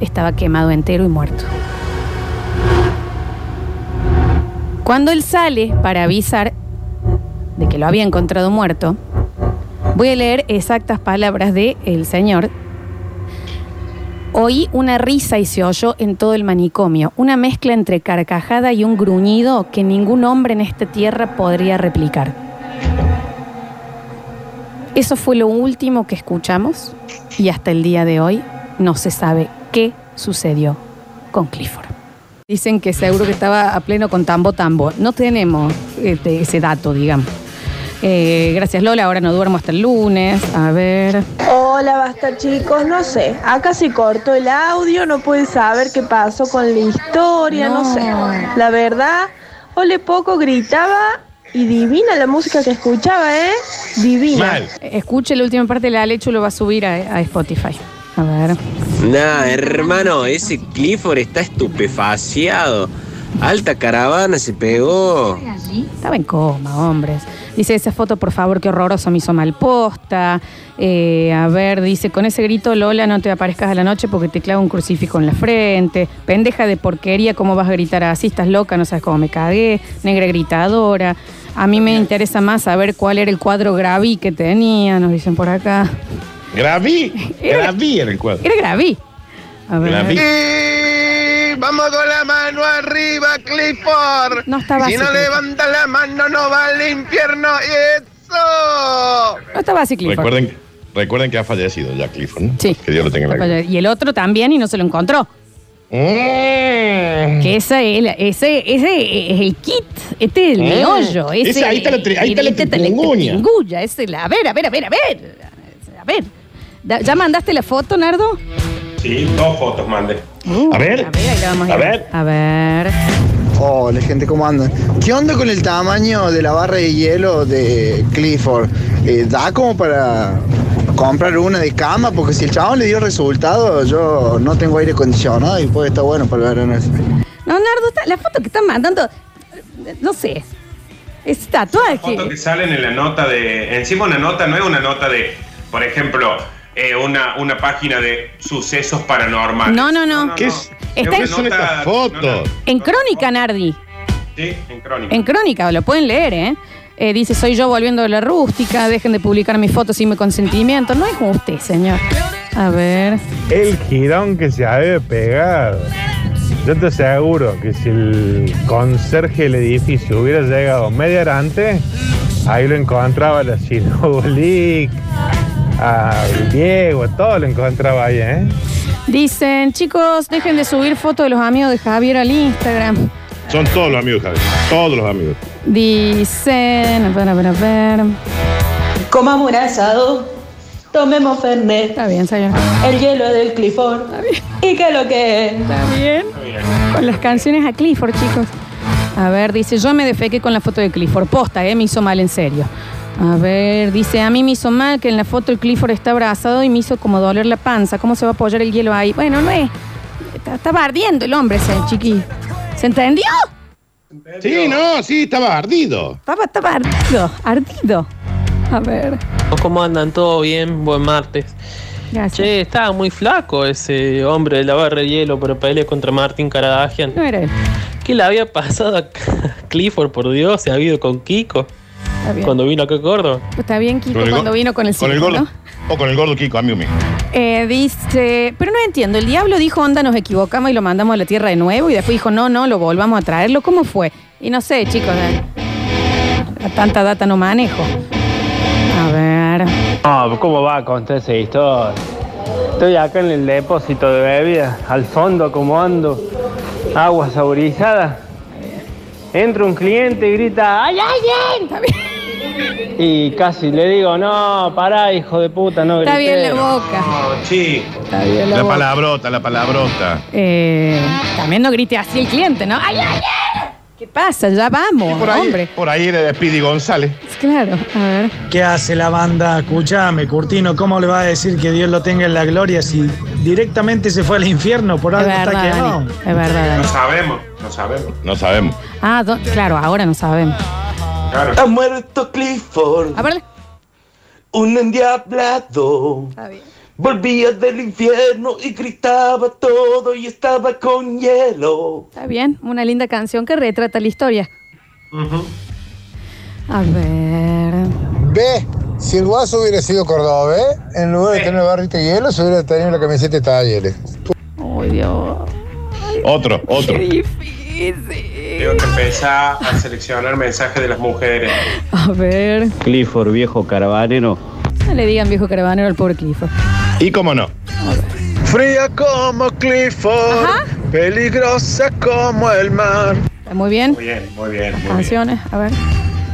[SPEAKER 1] estaba quemado entero y muerto. Cuando él sale para avisar de que lo había encontrado muerto, voy a leer exactas palabras de el señor. Oí una risa y se oyó en todo el manicomio, una mezcla entre carcajada y un gruñido que ningún hombre en esta tierra podría replicar. Eso fue lo último que escuchamos y hasta el día de hoy no se sabe qué sucedió con Clifford. Dicen que seguro que estaba a pleno con tambo tambo. No tenemos este, ese dato, digamos. Eh, gracias Lola, ahora no duermo hasta el lunes. A ver.
[SPEAKER 6] Hola, basta chicos, no sé. Acá se cortó el audio, no pude saber qué pasó con la historia, no,
[SPEAKER 1] No.
[SPEAKER 6] sé. La verdad, Ole Poco gritaba y divina la música que escuchaba, ¿eh? Divina.
[SPEAKER 2] Mal.
[SPEAKER 1] Escuche la última parte, la Alechu lo va a subir a, a Spotify. A ver.
[SPEAKER 7] Nah, hermano, ese Clifford está estupefaciado. Alta caravana se pegó.
[SPEAKER 1] Estaba en coma, hombres. Dice, esa foto, por favor, qué horroroso, me hizo mal posta. Eh, a ver, dice, con ese grito, Lola, no te aparezcas a la noche porque te clavo un crucifijo en la frente. Pendeja de porquería, ¿cómo vas a gritar así? Estás loca, no sabes cómo me cagué. Negra gritadora. A mí me interesa más saber cuál era el cuadro graví que tenía, nos dicen por acá.
[SPEAKER 2] Graví.
[SPEAKER 1] Era-
[SPEAKER 2] Graví en el cuadro.
[SPEAKER 1] Era graví. A ver.
[SPEAKER 2] Graví.
[SPEAKER 8] Vamos con la mano arriba, Clifford.
[SPEAKER 1] No estaba
[SPEAKER 8] Si
[SPEAKER 1] así,
[SPEAKER 8] no
[SPEAKER 1] Clifford.
[SPEAKER 8] levanta la mano, no va al infierno. ¡Eso!
[SPEAKER 1] No estaba así, Clifford.
[SPEAKER 2] Recuerden, recuerden que ha fallecido ya Clifford, ¿no?
[SPEAKER 1] Sí.
[SPEAKER 2] Que Dios lo tenga en la
[SPEAKER 1] Y el otro también y no se lo encontró.
[SPEAKER 2] Mm.
[SPEAKER 1] Que esa es la- ese, ese es el kit, este es el
[SPEAKER 2] Mm.
[SPEAKER 1] meollo. Ese,
[SPEAKER 2] Ese, ahí está la tri- ahí está la
[SPEAKER 1] este
[SPEAKER 2] tritinguña.
[SPEAKER 1] tritinguña, ese es la- a ver, a ver, a ver, a ver. A ver. Da- ¿Ya mandaste la foto, Nardo?
[SPEAKER 4] sí, dos fotos mandé.
[SPEAKER 1] Uh,
[SPEAKER 2] A ver.
[SPEAKER 1] A ver, ahí la vamos a,
[SPEAKER 2] A
[SPEAKER 1] ir.
[SPEAKER 2] ver.
[SPEAKER 1] A ver.
[SPEAKER 9] Hola gente, ¿cómo andan? ¿Qué onda con el tamaño de la barra de hielo de Clifford? Eh, ¿Da como para comprar una de cama? Porque si el chabón le dio resultado, yo no tengo aire acondicionado y puede estar bueno para el verano ese.
[SPEAKER 1] No, Nardo, está- la foto que están mandando, no sé. Es tatuaje.
[SPEAKER 4] Fotos que salen en la nota de. Encima una nota no es una nota de, por ejemplo, eh, una, una página de sucesos paranormales.
[SPEAKER 1] No, no, no.
[SPEAKER 2] ¿Qué, es- qué
[SPEAKER 1] Está-
[SPEAKER 2] son estas fotos?
[SPEAKER 1] En crónica, Nardi.
[SPEAKER 4] Sí, en crónica.
[SPEAKER 1] En crónica, lo pueden leer, ¿eh? Eh, dice, soy yo volviendo de la rústica, dejen de publicar mis fotos sin mi consentimiento. No es usted, señor. A ver.
[SPEAKER 10] El girón que se había pegado. Yo te aseguro que si el conserje del edificio hubiera llegado media hora antes, ahí lo encontraba la Sinobolik, a Diego, todo lo encontraba ahí, ¿eh?
[SPEAKER 1] Dicen, chicos, dejen de subir fotos de los amigos de Javier al Instagram.
[SPEAKER 2] Son todos los amigos, Javier. Todos los amigos.
[SPEAKER 1] Dicen, a ver, a ver, a ver.
[SPEAKER 6] Comamos un asado, tomemos fernet,
[SPEAKER 1] Está bien, señor.
[SPEAKER 6] el hielo del Clifford. ¿Y qué lo que es?
[SPEAKER 1] Está bien. Con las canciones a Clifford, chicos. A ver, dice, yo me defequé con la foto de Clifford. Posta, ¿eh? Me hizo mal en serio. A ver, dice, a mí me hizo mal que en la foto el Clifford está abrazado y me hizo como doler la panza. ¿Cómo se va a apoyar el hielo ahí? Bueno, no es. Está, estaba ardiendo el hombre ese chiqui. ¿Se entendió?
[SPEAKER 2] Sí, no, sí, estaba ardido.
[SPEAKER 1] Estaba, estaba ardido, ardido. A ver,
[SPEAKER 11] ¿Cómo andan? ¿Todo bien? Buen martes.
[SPEAKER 1] gracias.
[SPEAKER 11] Che, estaba muy flaco ese hombre de la barra de hielo para pelear contra Martín Caradagian.
[SPEAKER 1] No era él.
[SPEAKER 11] ¿Qué le había pasado a Clifford, por Dios? Se ha ido con Kiko
[SPEAKER 1] Está bien.
[SPEAKER 11] cuando vino acá a Córdoba.
[SPEAKER 1] Está bien, Kiko,
[SPEAKER 2] Con el go-
[SPEAKER 1] cuando vino con el
[SPEAKER 2] Con el
[SPEAKER 1] circo,
[SPEAKER 2] gordo.
[SPEAKER 1] ¿no?
[SPEAKER 2] O con el gordo Kiko, a mí mismo.
[SPEAKER 1] Eh, dice, pero no entiendo, el diablo dijo, onda, nos equivocamos y lo mandamos a la tierra de nuevo y después dijo, no, no, lo volvamos a traerlo, ¿cómo fue? Y no sé, chicos, eh, tanta data no manejo. A ver,
[SPEAKER 12] No, ¿cómo va a contar esa historia? Estoy acá en el depósito de bebidas, al fondo como ando, agua saborizada. Entra un cliente y grita, ¡ay, ay, ay! Y casi le digo, no, pará, hijo de puta, no
[SPEAKER 1] está bien
[SPEAKER 12] grité".
[SPEAKER 1] la boca.
[SPEAKER 4] Sí.
[SPEAKER 1] Está bien la
[SPEAKER 2] La
[SPEAKER 1] boca.
[SPEAKER 2] palabrota, la palabrota.
[SPEAKER 1] Eh, también no grite así el cliente, ¿no? ¡Ay, ay, ay! ¿Qué pasa? Ya vamos,
[SPEAKER 2] Por ahí,
[SPEAKER 1] hombre.
[SPEAKER 2] por ahí era de Speedy González.
[SPEAKER 1] Claro, a ver.
[SPEAKER 13] ¿Qué hace la banda? Escuchame, Curtino, ¿cómo le va a decir que Dios lo tenga en la gloria si directamente se fue al infierno por
[SPEAKER 1] Es
[SPEAKER 13] algo está
[SPEAKER 1] verdad,
[SPEAKER 13] quemado?
[SPEAKER 1] Dani, es verdad,
[SPEAKER 4] No
[SPEAKER 1] Dani.
[SPEAKER 4] sabemos, no sabemos.
[SPEAKER 2] No sabemos.
[SPEAKER 1] Ah, do- claro, ahora no sabemos.
[SPEAKER 4] Claro.
[SPEAKER 3] Ha muerto Clifford,
[SPEAKER 1] A ver,
[SPEAKER 3] un endiablado.
[SPEAKER 1] está bien.
[SPEAKER 3] Volvía del infierno y gritaba todo y estaba con hielo.
[SPEAKER 1] Está bien, una linda canción que retrata la historia.
[SPEAKER 4] Ujú.
[SPEAKER 1] A ver.
[SPEAKER 14] Ve, si el guaso hubiera sido cordobés, en lugar de tener barrita de hielo, se hubiera tenido la camiseta de talleres.
[SPEAKER 1] Ay, Dios.
[SPEAKER 2] Otro, otro.
[SPEAKER 1] Qué difícil.
[SPEAKER 4] Tengo que empezar a seleccionar mensajes de las mujeres.
[SPEAKER 1] A ver.
[SPEAKER 15] Clifford, viejo caravanero.
[SPEAKER 1] No le digan viejo caravanero al pobre Clifford.
[SPEAKER 2] Y cómo no.
[SPEAKER 8] Fría como Clifford, peligrosa como el mar.
[SPEAKER 1] Está muy bien.
[SPEAKER 4] Muy bien, muy bien. muy bien.
[SPEAKER 1] Canciones, a ver.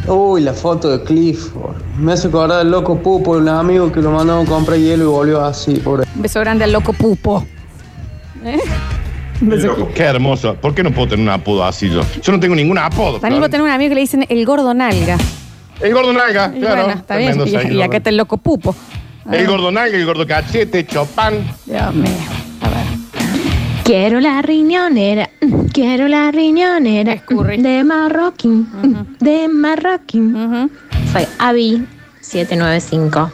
[SPEAKER 16] Uy, la foto de Clifford. Me hace acordar al loco Pupo, un amigo que lo mandó a comprar hielo y volvió así, por
[SPEAKER 1] Un beso grande al loco Pupo. ¿Eh?
[SPEAKER 2] Qué hermoso. ¿Por qué no puedo tener un apodo así yo? Yo no tengo ningún apodo.
[SPEAKER 1] Daniel, vos
[SPEAKER 2] Flor.
[SPEAKER 1] tenés un amigo que le dicen el gordo nalga.
[SPEAKER 2] El gordo nalga,
[SPEAKER 1] Y
[SPEAKER 2] claro.
[SPEAKER 1] bueno, está bien.
[SPEAKER 2] Tremendo
[SPEAKER 1] Y,
[SPEAKER 2] señor.
[SPEAKER 1] y acá está el loco Pupo. A ver.
[SPEAKER 2] El gordo nalga, el gordo cachete, Chopin.
[SPEAKER 1] Dios mío. A ver.
[SPEAKER 17] Quiero la riñonera, mm, quiero la riñonera mm, de Marroquín, mm, de Marroquín. Soy Abby 795.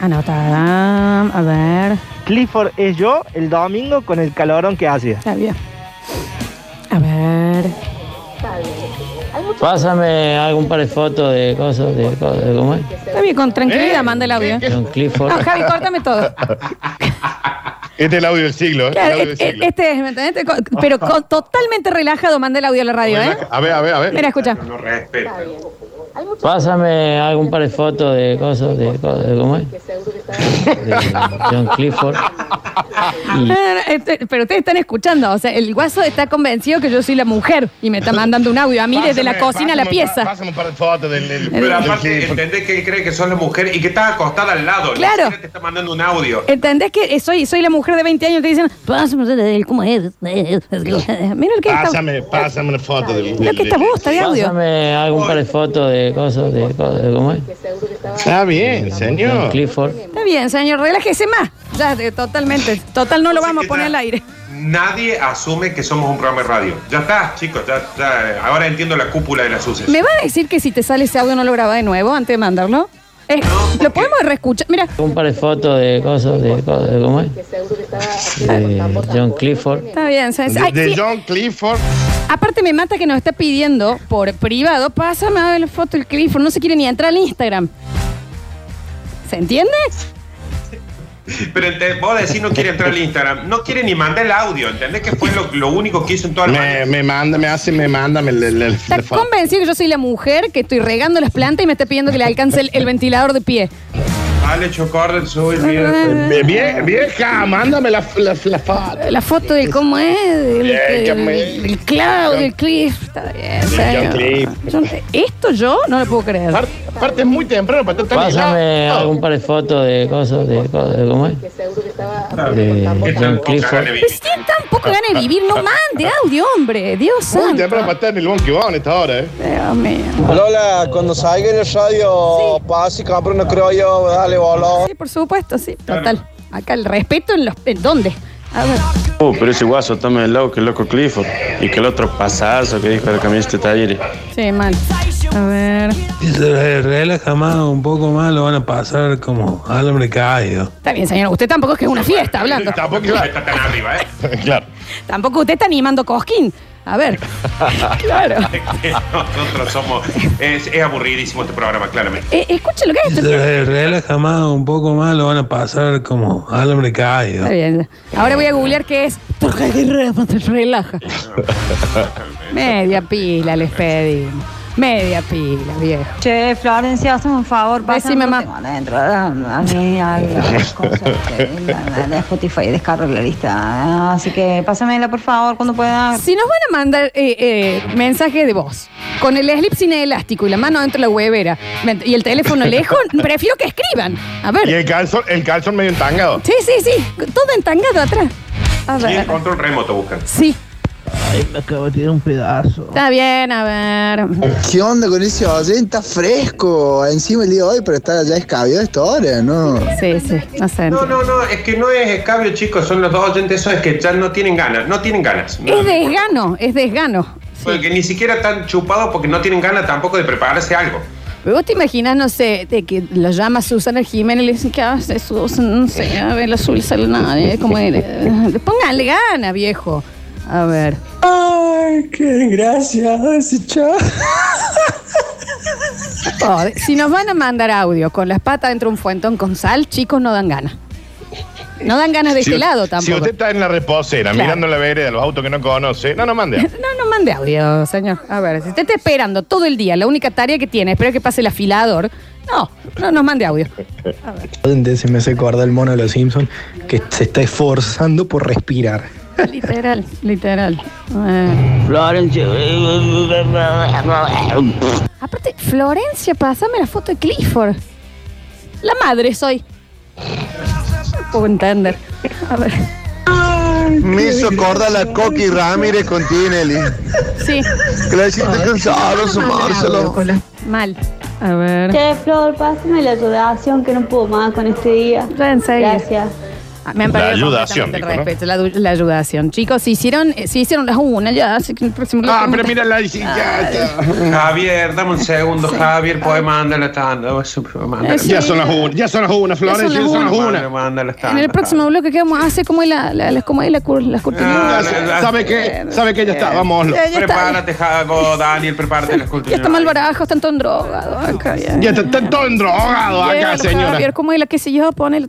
[SPEAKER 1] Anotada. A ver.
[SPEAKER 12] Clifford es yo el domingo con el calorón que hacía.
[SPEAKER 1] Está bien. A ver.
[SPEAKER 18] Pásame algún par de fotos de cosas, de cosas, de cómo es.
[SPEAKER 1] Está bien, con tranquilidad,
[SPEAKER 2] Eh,
[SPEAKER 1] manda el audio.
[SPEAKER 18] John
[SPEAKER 1] No,
[SPEAKER 18] Clifford.
[SPEAKER 1] Javi, córtame todo.
[SPEAKER 2] Este es el audio del siglo, ¿eh?
[SPEAKER 1] Claro,
[SPEAKER 2] El audio del
[SPEAKER 1] e- e-
[SPEAKER 2] siglo.
[SPEAKER 1] este es, ¿me entendés? Este co- Pero con- totalmente relajado, manda el audio a la radio, ¿eh?
[SPEAKER 2] A ver, a ver, a ver.
[SPEAKER 1] Mira, escucha.
[SPEAKER 4] No respeta.
[SPEAKER 18] Pásame algún par de fotos de cosas, de cosas, de cómo es. De John Clifford.
[SPEAKER 1] No, no, no, este- pero ustedes están escuchando, o sea, el guaso está convencido que yo soy la mujer y me está mandando un audio a mí desde la
[SPEAKER 2] Pásame,
[SPEAKER 1] cocina a la
[SPEAKER 2] pásame un par-
[SPEAKER 1] pieza.
[SPEAKER 2] Pásame un par de fotos del. del-
[SPEAKER 4] Pero
[SPEAKER 2] del
[SPEAKER 4] aparte,
[SPEAKER 2] Clifford.
[SPEAKER 4] entendés que él cree que sos la mujer y que estás acostada al lado. ni
[SPEAKER 1] Claro.
[SPEAKER 4] siquiera Te está mandando un audio.
[SPEAKER 1] ¿Entendés que soy, soy la mujer de 20 años? Te dicen, pásame el- cómo es. Mira el que está.
[SPEAKER 2] Pásame, pásame una foto del.
[SPEAKER 1] Mira que esta voz, está de audio.
[SPEAKER 18] Pásame algún par de fotos de cosas, de cosas, de cómo es.
[SPEAKER 2] Está bien,
[SPEAKER 18] John
[SPEAKER 2] señor.
[SPEAKER 18] Clifford.
[SPEAKER 1] Está bien, señor, relájese más. Ya, de- totalmente. Total, no lo vamos a poner al aire.
[SPEAKER 4] Nadie asume que somos un programa de radio. Ya está, chicos, ya, ya. Ahora entiendo la cúpula de la suces.
[SPEAKER 1] ¿Me va a decir que si te sale ese audio no lo grabás de nuevo antes de mandarlo? Eh, lo podemos reescuchar. Mira,
[SPEAKER 18] Un par de fotos de cosas, de cosas, de cómo es. De John Clifford.
[SPEAKER 1] está bien. ¿sabes?
[SPEAKER 2] De,
[SPEAKER 1] Ay,
[SPEAKER 2] de
[SPEAKER 1] sí,
[SPEAKER 2] John Clifford.
[SPEAKER 1] aparte me mata que nos está pidiendo por privado, pásame a ver la foto del Clifford, no se quiere ni entrar al Instagram. ¿Se entiende?
[SPEAKER 4] Pero ente- vos decís no quiere entrar al Instagram. No quiere ni mandar el audio. ¿Entendés que fue lo, lo único que hizo en toda la
[SPEAKER 2] Me, me manda, me hace, me manda me, le- le-
[SPEAKER 1] Está
[SPEAKER 2] la foto.
[SPEAKER 1] convencido que yo soy la mujer, que estoy regando las plantas y me está pidiendo que le alcance el, el ventilador de pie.
[SPEAKER 4] Dale, chocorre, el soy bien.
[SPEAKER 2] Vie- Eh, vie- Vieja, mándame la, la, la foto.
[SPEAKER 1] La foto de cómo es, del,
[SPEAKER 2] Bien,
[SPEAKER 1] del-
[SPEAKER 2] Jamel.
[SPEAKER 1] del Claudio, el Cliff. Está bien, señor. Yo- esto yo no lo puedo creer.
[SPEAKER 2] Aparte es muy temprano para estar tan
[SPEAKER 18] Pásame
[SPEAKER 2] helado.
[SPEAKER 18] algún par de fotos de cosas, de cosas, de cómo es. De John Clifford.
[SPEAKER 1] Pues tiene tan poco ganas de vivir, no mande audio, hombre. Dios
[SPEAKER 2] Muy
[SPEAKER 1] santo.
[SPEAKER 2] temprano para estar en el bonky en esta hora, ¿eh?
[SPEAKER 1] Dios mío.
[SPEAKER 13] Lola, cuando salga en el radio, pasa y compra unos criollos, dale boludo.
[SPEAKER 1] Sí, por supuesto, sí, total. Acá el respeto en los. ¿En dónde? A ver.
[SPEAKER 19] Uh, pero ese guaso está más lado que el loco Clifford y que el otro pasazo que dijo de camiseta de Talleres.
[SPEAKER 1] Sí, mal. A ver.
[SPEAKER 20] Y se re- relaja más, un poco más, lo van a pasar como alambre caído.
[SPEAKER 1] Está bien, señor. Usted tampoco es que es una fiesta hablando.
[SPEAKER 4] Tampoco Ah, está tan arriba, ¿eh?
[SPEAKER 19] Claro.
[SPEAKER 1] Tampoco usted está animando cosquín. A ver. Claro.
[SPEAKER 4] Nosotros somos. Es, es aburridísimo este programa, claramente.
[SPEAKER 1] Eh, escuche lo que
[SPEAKER 20] Y se
[SPEAKER 1] es.
[SPEAKER 20] re- relaja más, un poco más, lo van a pasar como alambre caído.
[SPEAKER 1] Está bien. Ahora voy a googlear qué es. Relaja. Media pila les pedí. Media pila, viejo.
[SPEAKER 21] Che, Florencia, hazme un favor,
[SPEAKER 1] Decime,
[SPEAKER 21] pásame
[SPEAKER 1] ma.
[SPEAKER 21] adentro. A mí, a las cosas que- la- la Spotify, descargo la lista. Así que pásamela, por favor, cuando pueda.
[SPEAKER 1] Si nos van a mandar eh, eh, mensaje de voz con el slip sin elástico y la mano dentro de la huevera ment- y el teléfono lejos, prefiero que escriban. A ver.
[SPEAKER 2] Y el calzón, el calzón medio entangado.
[SPEAKER 1] Sí, sí, sí. Todo entangado atrás. A
[SPEAKER 4] Y el
[SPEAKER 1] ver.
[SPEAKER 4] control remoto buscan.
[SPEAKER 1] Sí.
[SPEAKER 13] Ay, me acabo de tirar un pedazo.
[SPEAKER 1] Está bien, a ver.
[SPEAKER 9] ¿Qué onda con ese oyente? Está fresco. Encima el día de hoy, pero está ya escabió a esta hora, ¿no?
[SPEAKER 1] Sí, sí. No sé.
[SPEAKER 4] No, no, no, es que no es escabio, chicos, son los dos oyentes, eso es que ya no tienen ganas, no tienen ganas. No,
[SPEAKER 1] Es desgano, es desgano.
[SPEAKER 4] Porque ni siquiera están chupados porque no tienen ganas tampoco de prepararse algo.
[SPEAKER 1] Pero vos te imaginas, no sé, de que lo llama Susana Jiménez y le dicen, ¿qué hace Susan? No sé, a ver, la azul sale nada, ¿eh? como era. Póngale gana, viejo. A ver.
[SPEAKER 13] Ay, qué gracias, chao.
[SPEAKER 1] Oh, si nos van a mandar audio con las patas dentro de un fuentón con sal, chicos, no dan ganas. No dan ganas de
[SPEAKER 2] Si-
[SPEAKER 1] este lado
[SPEAKER 2] Si
[SPEAKER 1] tampoco.
[SPEAKER 2] usted está en la reposera,
[SPEAKER 1] Claro.
[SPEAKER 2] mirando la vereda, los autos que no conoce, no, no mande.
[SPEAKER 1] No, no mande audio, señor. A ver, si usted está esperando todo el día, la única tarea que tiene, espero que pase el afilador. No, no nos mande audio.
[SPEAKER 22] Donde se me hace acordar el mono de los Simpsons que se está esforzando por respirar.
[SPEAKER 1] literal, literal. Eh,
[SPEAKER 22] Florencia.
[SPEAKER 1] Aparte, Florencia, pasame la foto de Clifford. La madre soy. No puedo entender. A ver.
[SPEAKER 14] Me hizo acordar la Coqui Ramírez con Tinelli.
[SPEAKER 1] Sí.
[SPEAKER 14] Que la hiciste cansar, Marcelo.
[SPEAKER 1] Mal. A ver.
[SPEAKER 23] Che, Flor, pásame la ayudación que no puedo más con este día. Gracias.
[SPEAKER 1] Ah, Me han perdido
[SPEAKER 2] La ayudación,
[SPEAKER 1] completamente
[SPEAKER 2] dijo,
[SPEAKER 1] el
[SPEAKER 2] ¿no?
[SPEAKER 1] respeto, la, du- la ayudación. Chicos, se hicieron, eh, se hicieron las una ya, así que el próximo
[SPEAKER 2] Ah, pero
[SPEAKER 1] mira
[SPEAKER 2] la
[SPEAKER 1] Ah, Mm.
[SPEAKER 4] Javier, dame un segundo, Javier, pues, podés mandarle tanda. vos siempre mandale.
[SPEAKER 1] Sí. Ya son las
[SPEAKER 2] una, ya son las una,
[SPEAKER 1] Florencia, ya son las una.
[SPEAKER 4] Mándale, mándale
[SPEAKER 1] En
[SPEAKER 4] tanda.
[SPEAKER 1] el próximo bloque que vamos a hacer como es la, la, la- como es la, cur- las cortinas.
[SPEAKER 2] ¿Sabe qué? ¿Sabe qué? Ya está, vamos.
[SPEAKER 1] Ya, ya está.
[SPEAKER 4] Prepárate, Jago, Daniel, prepárate las
[SPEAKER 1] Ya
[SPEAKER 4] culturas.
[SPEAKER 1] está mal barajo, están todos endrogados acá.
[SPEAKER 2] Ya está, está todo endrogado acá,
[SPEAKER 1] Bien,
[SPEAKER 2] señora.
[SPEAKER 1] Javier, ¿cómo es la que se yo? Ponele